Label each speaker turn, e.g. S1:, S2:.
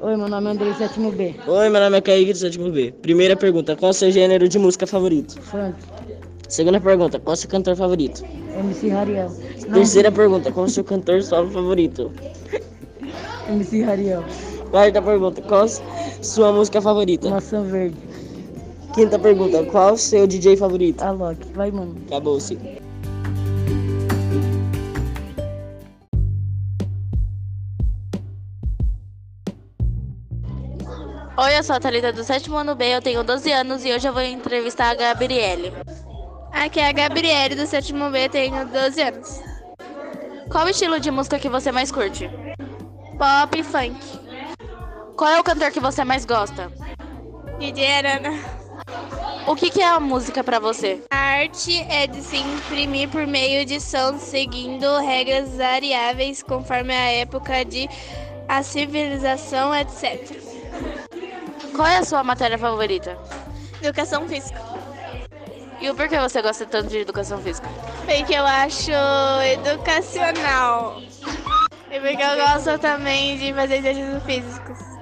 S1: Oi, meu nome é André Sétimo B.
S2: Oi, meu nome é Kaique do Sétimo B. Primeira pergunta, qual o seu gênero de música favorito?
S1: Funk,
S2: Segunda pergunta, qual o seu cantor favorito?
S1: MC Rariel.
S2: Terceira pergunta, qual o seu cantor solo favorito?
S1: MC Rariel.
S2: Quarta pergunta, qual s- sua música favorita?
S1: Maçã Verde.
S2: Quinta pergunta, qual o seu DJ favorito?
S1: Alok. Vai, mano.
S2: Acabou-se.
S3: Oi, eu sou a Thalita do sétimo ano B, eu tenho 12 anos e hoje eu vou entrevistar a Gabriele.
S4: Aqui é a Gabriele, do sétimo B, tenho 12 anos.
S3: Qual o estilo de música que você mais curte?
S4: Pop e funk.
S3: Qual é o cantor que você mais gosta?
S4: DJ Arana.
S3: O que, que é a música pra você?
S4: A arte é de se imprimir por meio de som, seguindo regras variáveis conforme a época de a civilização, etc.
S3: Qual é a sua matéria favorita?
S4: Educação física.
S3: E o porquê você gosta tanto de educação física?
S4: Porque eu acho educacional. E porque eu gosto também de fazer exercícios físicos.